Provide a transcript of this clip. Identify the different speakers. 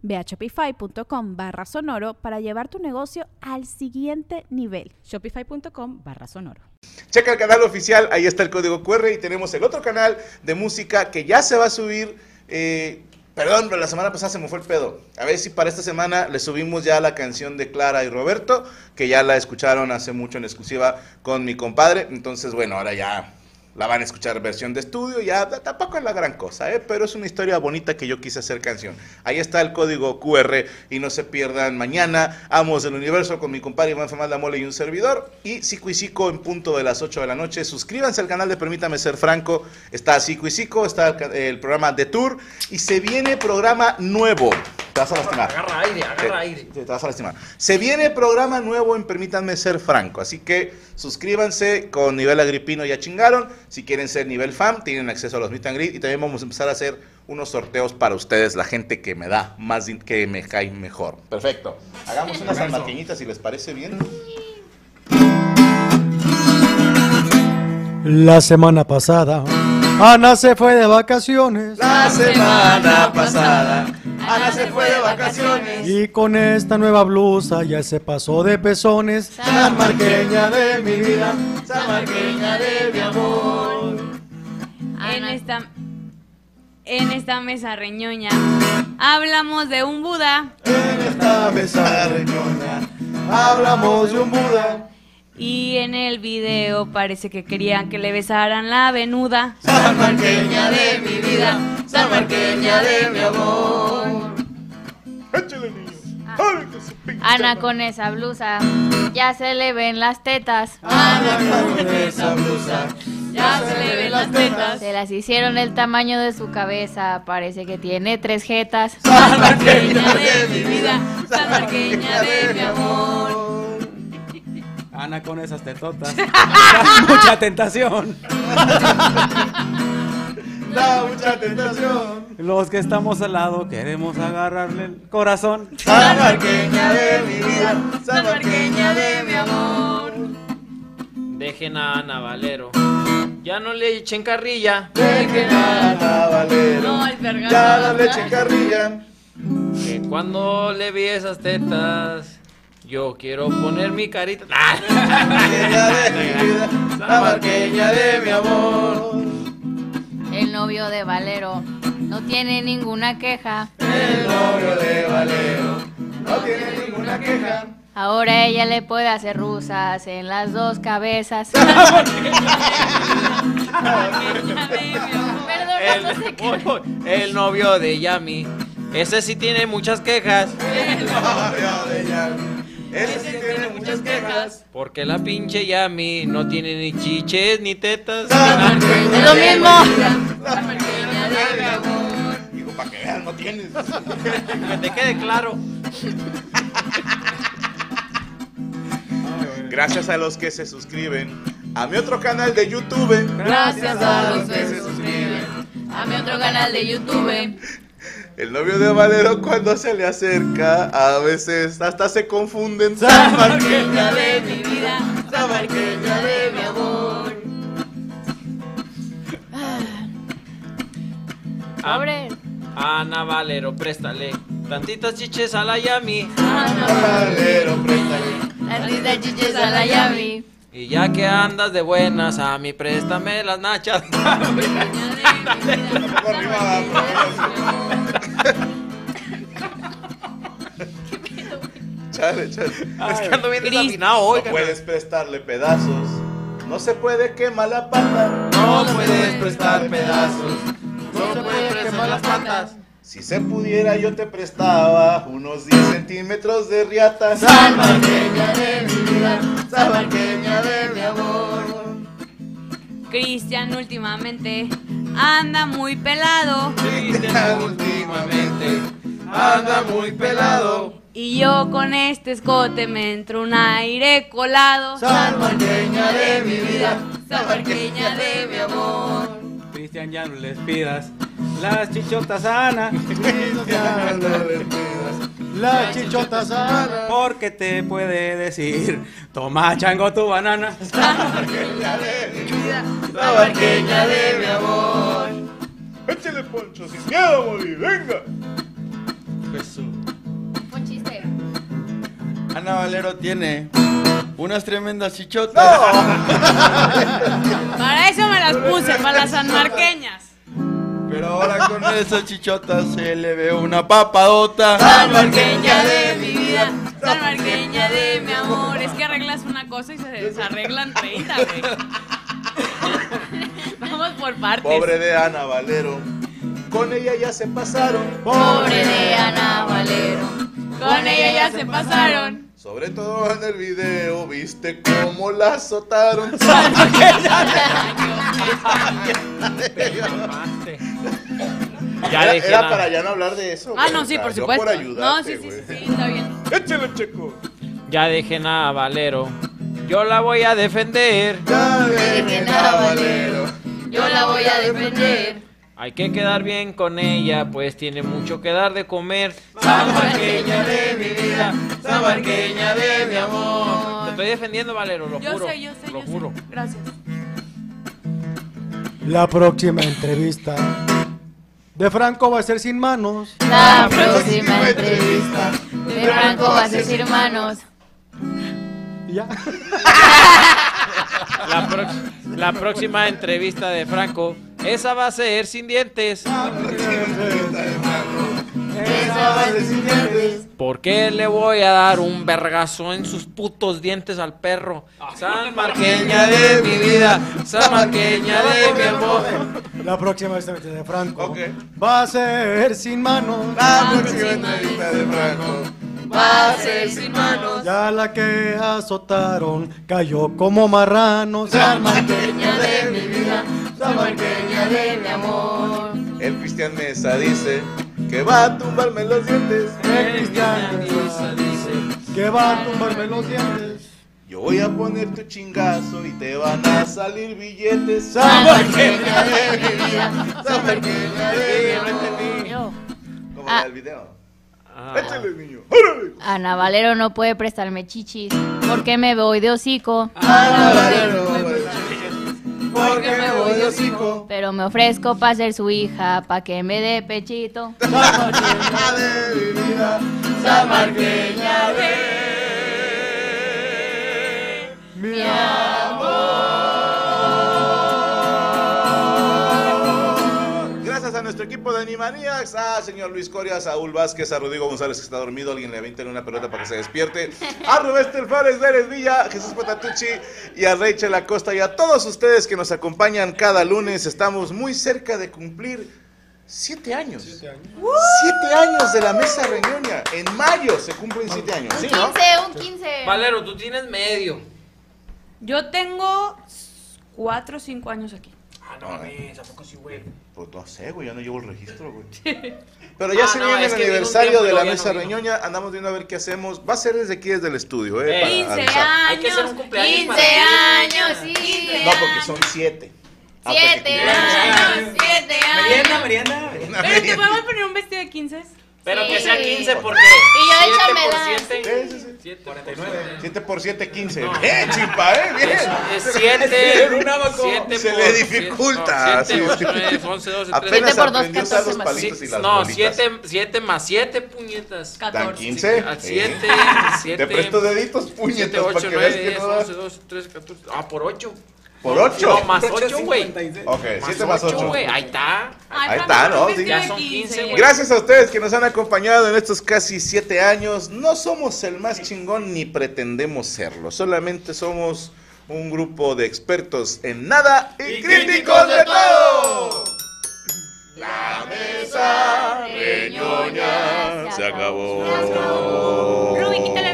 Speaker 1: Ve a shopify.com barra sonoro para llevar tu negocio al siguiente nivel.
Speaker 2: Shopify.com barra sonoro.
Speaker 3: Checa el canal oficial, ahí está el código QR y tenemos el otro canal de música que ya se va a subir. Eh, perdón, pero la semana pasada se me fue el pedo. A ver si para esta semana le subimos ya la canción de Clara y Roberto, que ya la escucharon hace mucho en exclusiva con mi compadre. Entonces, bueno, ahora ya la van a escuchar versión de estudio, ya tampoco es la gran cosa, ¿eh? pero es una historia bonita que yo quise hacer canción. Ahí está el código QR y no se pierdan mañana, Amos del Universo con mi compadre Iván Femal Mole y un servidor, y Sico y Sico en punto de las 8 de la noche. Suscríbanse al canal de Permítame Ser Franco, está Sico y Sico, está el programa de Tour, y se viene programa nuevo. Te vas a lastimar.
Speaker 4: Agarra aire, agarra aire.
Speaker 3: Te, te vas a lastimar. Se viene programa nuevo en Permítanme Ser Franco, así que suscríbanse con Nivel Agripino, ya chingaron. Si quieren ser nivel fan, tienen acceso a los meet and greet y también vamos a empezar a hacer unos sorteos para ustedes, la gente que me da más, que me cae mejor. Perfecto. Hagamos unas almaquinitas si les parece bien.
Speaker 5: La semana pasada, Ana se fue de vacaciones.
Speaker 3: La semana pasada, Ana se fue de vacaciones.
Speaker 5: Y con esta nueva blusa ya se pasó de pezones.
Speaker 3: San Marqueña de mi vida, San
Speaker 6: Marqueña de mi amor. En esta, en esta mesa reñoña hablamos de un Buda
Speaker 3: En esta mesa reñona hablamos de un Buda.
Speaker 6: y en el video parece que querían que le besaran la venuda.
Speaker 3: San Marqueña de mi vida, San Marqueña de mi amor. Échale, niño. Ay, que su pinche
Speaker 6: Ah. Ana
Speaker 3: madre.
Speaker 6: con esa blusa ya se le ven las tetas.
Speaker 7: Ah.
Speaker 3: Ana con esa blusa.
Speaker 6: Ya se le ven las tetas. Se las hicieron el tamaño de su cabeza. Parece que tiene tres jetas.
Speaker 3: San Marqueña de mi
Speaker 6: vida,
Speaker 3: San Marqueña de mi
Speaker 6: amor.
Speaker 8: Ana con esas tetotas. Da mucha tentación.
Speaker 3: Da mucha tentación.
Speaker 8: Los que estamos al lado queremos agarrarle el corazón.
Speaker 3: San Marqueña de mi vida, San Marqueña de mi amor.
Speaker 4: Dejen a Ana Valero. Ya no le echen carrilla.
Speaker 3: Dejen a Ana Valero.
Speaker 6: No, el vergano.
Speaker 3: Ya la leche carrilla.
Speaker 4: Que cuando le vi esas tetas, yo quiero poner mi carita. ¡Ah!
Speaker 3: Marqueña de mi vida, la marqueña de mi amor.
Speaker 6: El novio de Valero no tiene ninguna queja.
Speaker 3: El novio de Valero no tiene ninguna queja.
Speaker 6: Ahora ella le puede hacer rusas en las dos cabezas.
Speaker 4: El,
Speaker 6: Perdón, no sé qué.
Speaker 4: uy, uy, el novio de Yami. Ese sí tiene muchas quejas.
Speaker 3: El novio de Yami, ese sí tiene muchas quejas.
Speaker 4: Porque la pinche Yami no tiene ni chiches ni tetas.
Speaker 3: La marqueña
Speaker 6: Es lo
Speaker 3: de
Speaker 6: mismo.
Speaker 3: mi vida, La marqueña de mi amor. Digo, para que vean, no tienes.
Speaker 4: Que te quede claro.
Speaker 3: Gracias a los que se suscriben a mi otro canal de YouTube.
Speaker 6: Gracias a los que se suscriben a mi otro canal de YouTube.
Speaker 3: El novio de Valero cuando se le acerca, a veces hasta se confunden.
Speaker 6: San Marqueña de mi vida, San Marqueña de mi amor.
Speaker 4: Ah.
Speaker 6: Pobre.
Speaker 4: Ana Valero, préstale tantitas chiches a la Yami.
Speaker 3: Valero, préstale.
Speaker 6: Tantita chiches a la llave.
Speaker 4: Y ya que andas de buenas, a mí préstame las nachas.
Speaker 3: Tampoco arriba, abajo. Chale, chale.
Speaker 4: es que ando bien desafinado hoy.
Speaker 3: No puedes prestarle pedazos, No se puede quemar la pata.
Speaker 4: No puedes prestar pedazos. No se puede prestar las patas.
Speaker 3: Si se pudiera yo te prestaba unos 10 centímetros de riata.
Speaker 4: Salvaqueña de mi vida, salvaqueña de mi amor.
Speaker 6: Cristian últimamente anda muy pelado.
Speaker 4: Cristian últimamente anda muy pelado.
Speaker 6: Y yo con este escote me entro un aire colado.
Speaker 4: Salvaqueña de mi vida,
Speaker 6: Salvarqueña de mi amor.
Speaker 8: Cristian, ya no les pidas las chichotas Ana,
Speaker 5: La chichota sana.
Speaker 8: porque te puede decir, toma chango tu banana.
Speaker 4: Salvaqueña de mi amor.
Speaker 3: Échale poncho, sin miedo, Moli, venga.
Speaker 7: Un chiste.
Speaker 9: Ana Valero tiene unas tremendas chichotas,
Speaker 6: Para eso me las puse, para las sanmarqueñas.
Speaker 9: pero ahora con esas chichotas se le ve una papadota.
Speaker 6: Salvarqueña de mi vida, salvarqueña de mi amor. Es que arreglas una cosa y se desarreglan 30, güey. Vamos por partes.
Speaker 3: Pobre de Ana Valero. Con ella ya se pasaron.
Speaker 6: Pobre de Ana Valero. Con ella ya se pasaron.
Speaker 3: Sobre todo en el video, viste cómo la azotaron.
Speaker 4: Ya
Speaker 3: era,
Speaker 4: dije
Speaker 3: era
Speaker 4: nada.
Speaker 3: para ya no hablar de eso.
Speaker 6: Ah,
Speaker 3: güey,
Speaker 6: no,
Speaker 3: o
Speaker 6: sí,
Speaker 3: sea,
Speaker 6: por
Speaker 3: yo
Speaker 6: supuesto.
Speaker 3: Por
Speaker 6: no,
Speaker 3: ayudarte,
Speaker 6: sí, sí,
Speaker 3: güey.
Speaker 6: sí, está bien.
Speaker 3: Échale, checo.
Speaker 4: Ya dejen a Valero. Yo la voy a defender.
Speaker 3: Ya dejen a Valero.
Speaker 6: Yo la voy a defender.
Speaker 4: Hay que quedar bien con ella, pues tiene mucho que dar de comer.
Speaker 6: Salvaqueña
Speaker 4: de mi vida,
Speaker 6: salvaqueña de mi amor.
Speaker 4: Te estoy defendiendo, Valero, lo
Speaker 6: Yo
Speaker 4: juro.
Speaker 6: sé, yo sé,
Speaker 4: lo
Speaker 6: yo
Speaker 4: juro.
Speaker 6: sé. Gracias.
Speaker 5: La próxima entrevista de Franco va a ser sin manos.
Speaker 7: La próxima entrevista de Franco Bases Hermanos.
Speaker 5: Y ya.
Speaker 4: La, prox- la próxima entrevista de Franco, esa va a ser sin dientes. ¿Por qué le voy a dar un vergazo en sus putos dientes al perro? San Marqueña de mi vida, San Marqueña de mi amor.
Speaker 5: La próxima entrevista de Franco
Speaker 3: Ok.
Speaker 5: va a ser sin manos.
Speaker 6: Ah,
Speaker 3: La próxima entrevista de Franco.
Speaker 6: Va a ser sin manos.
Speaker 5: Ya la que azotaron cayó como marrano.
Speaker 6: Salvaqueña de mi vida, salvaqueña de mi amor.
Speaker 3: El Cristian Mesa dice que va a tumbarme los dientes.
Speaker 5: Que va a tumbarme los dientes.
Speaker 3: Yo voy a poner tu chingazo y te van a salir billetes.
Speaker 7: Salvaqueña de mi vida.
Speaker 3: Salvaqueña de mi amor. Como la
Speaker 7: Ah.
Speaker 3: del video.
Speaker 4: Ah.
Speaker 3: Échale, niño. ¡Órale!
Speaker 7: Ana Valero no puede prestarme chichis. ¿Por qué me voy de hocico?
Speaker 3: pues, Porque me voy de hocico.
Speaker 7: Pero me ofrezco para ser su hija, pa' que me dé pechito.
Speaker 3: Salvaqueña de mi vida. Salvaqueña de Gracias a nuestro equipo de Animaniacs, a señor Luis Coria, a Saúl Vázquez, a Rodrigo González que está dormido, alguien le avienten una pelota para que se despierte, a Rubén Telfares, Vélez Villa, a Jesús Patatucci y a Rachel Acosta y a todos ustedes que nos acompañan cada lunes. Estamos muy cerca de cumplir siete años. Siete años, de la mesa reñoña. En mayo se cumplen siete años.
Speaker 7: Un
Speaker 3: ¿sí,
Speaker 7: 15,
Speaker 3: no?
Speaker 7: un 15.
Speaker 4: Valero, tú tienes medio.
Speaker 6: Yo tengo 4 o 5 años aquí.
Speaker 3: Ah. Pues no sé, güey, ya no llevo el registro, güey. Pero ya
Speaker 4: Ah,
Speaker 3: se
Speaker 4: no,
Speaker 3: viene
Speaker 4: es
Speaker 3: el
Speaker 4: que vino un
Speaker 3: aniversario
Speaker 4: tiempo y
Speaker 3: de la
Speaker 4: luego ya
Speaker 3: mesa
Speaker 4: no vino.
Speaker 3: reñoña, andamos viendo a ver qué hacemos. Va a ser desde aquí, desde el estudio,
Speaker 4: Eh,
Speaker 3: ¿eh? para
Speaker 6: 15
Speaker 3: avisar.
Speaker 4: Hay que hacer un
Speaker 6: años.
Speaker 4: cumpleaños
Speaker 6: 15
Speaker 4: para ti.
Speaker 6: años,
Speaker 7: Sí.
Speaker 6: 15
Speaker 3: No, porque son siete. Ah, pues,
Speaker 7: Siete
Speaker 3: que-
Speaker 6: años. 7 años.
Speaker 8: Merienda, merienda.
Speaker 6: Pero te podemos poner un vestido de 15.
Speaker 4: Pero que sea
Speaker 7: Sí.
Speaker 4: 15 porque.
Speaker 7: Y yo
Speaker 4: siete
Speaker 7: échamela.
Speaker 4: por siete-
Speaker 3: Sí, sí, sí.
Speaker 4: siete por
Speaker 3: 7 por 7, 15. ¡Eh, chimpa, eh! Bien.
Speaker 4: Es 7.
Speaker 8: Un abaco.
Speaker 3: Se le dificulta, sí.
Speaker 4: 7 por 9, 11, 12,
Speaker 3: Apenas
Speaker 7: por dos,
Speaker 3: aprendió a usar los
Speaker 7: 14 más.
Speaker 3: palitos y las
Speaker 4: No,
Speaker 3: bolitas.
Speaker 4: 7 más 7 puñetas.
Speaker 3: Dan
Speaker 6: 14.
Speaker 3: 15.
Speaker 4: A
Speaker 3: eh.
Speaker 4: 7, 7.
Speaker 3: Te presto deditos,
Speaker 4: 7,
Speaker 3: puñetas, para
Speaker 4: 8,
Speaker 3: que veas
Speaker 4: 9,
Speaker 3: que
Speaker 4: 10,
Speaker 3: no das.
Speaker 4: 11, 12, 13, 14. Ah, por 8.
Speaker 3: ¿Por 8?
Speaker 4: No, más 8, güey.
Speaker 8: 56.
Speaker 3: Ok, 7 más 8.
Speaker 4: güey. Ahí está.
Speaker 6: Ay,
Speaker 3: Ahí
Speaker 6: Fran,
Speaker 3: está,
Speaker 6: ponte un
Speaker 3: ¿no?
Speaker 6: vestido
Speaker 4: Ya
Speaker 6: de
Speaker 4: son 15, güey.
Speaker 3: Gracias a ustedes que nos han acompañado en estos casi siete años. No somos el más chingón ni pretendemos serlo. Solamente somos un grupo de expertos en nada y,
Speaker 9: Y
Speaker 3: críticos de todo.
Speaker 9: La mesa
Speaker 7: reñoña
Speaker 3: Se acabó. Oh.
Speaker 6: Rubí, quítale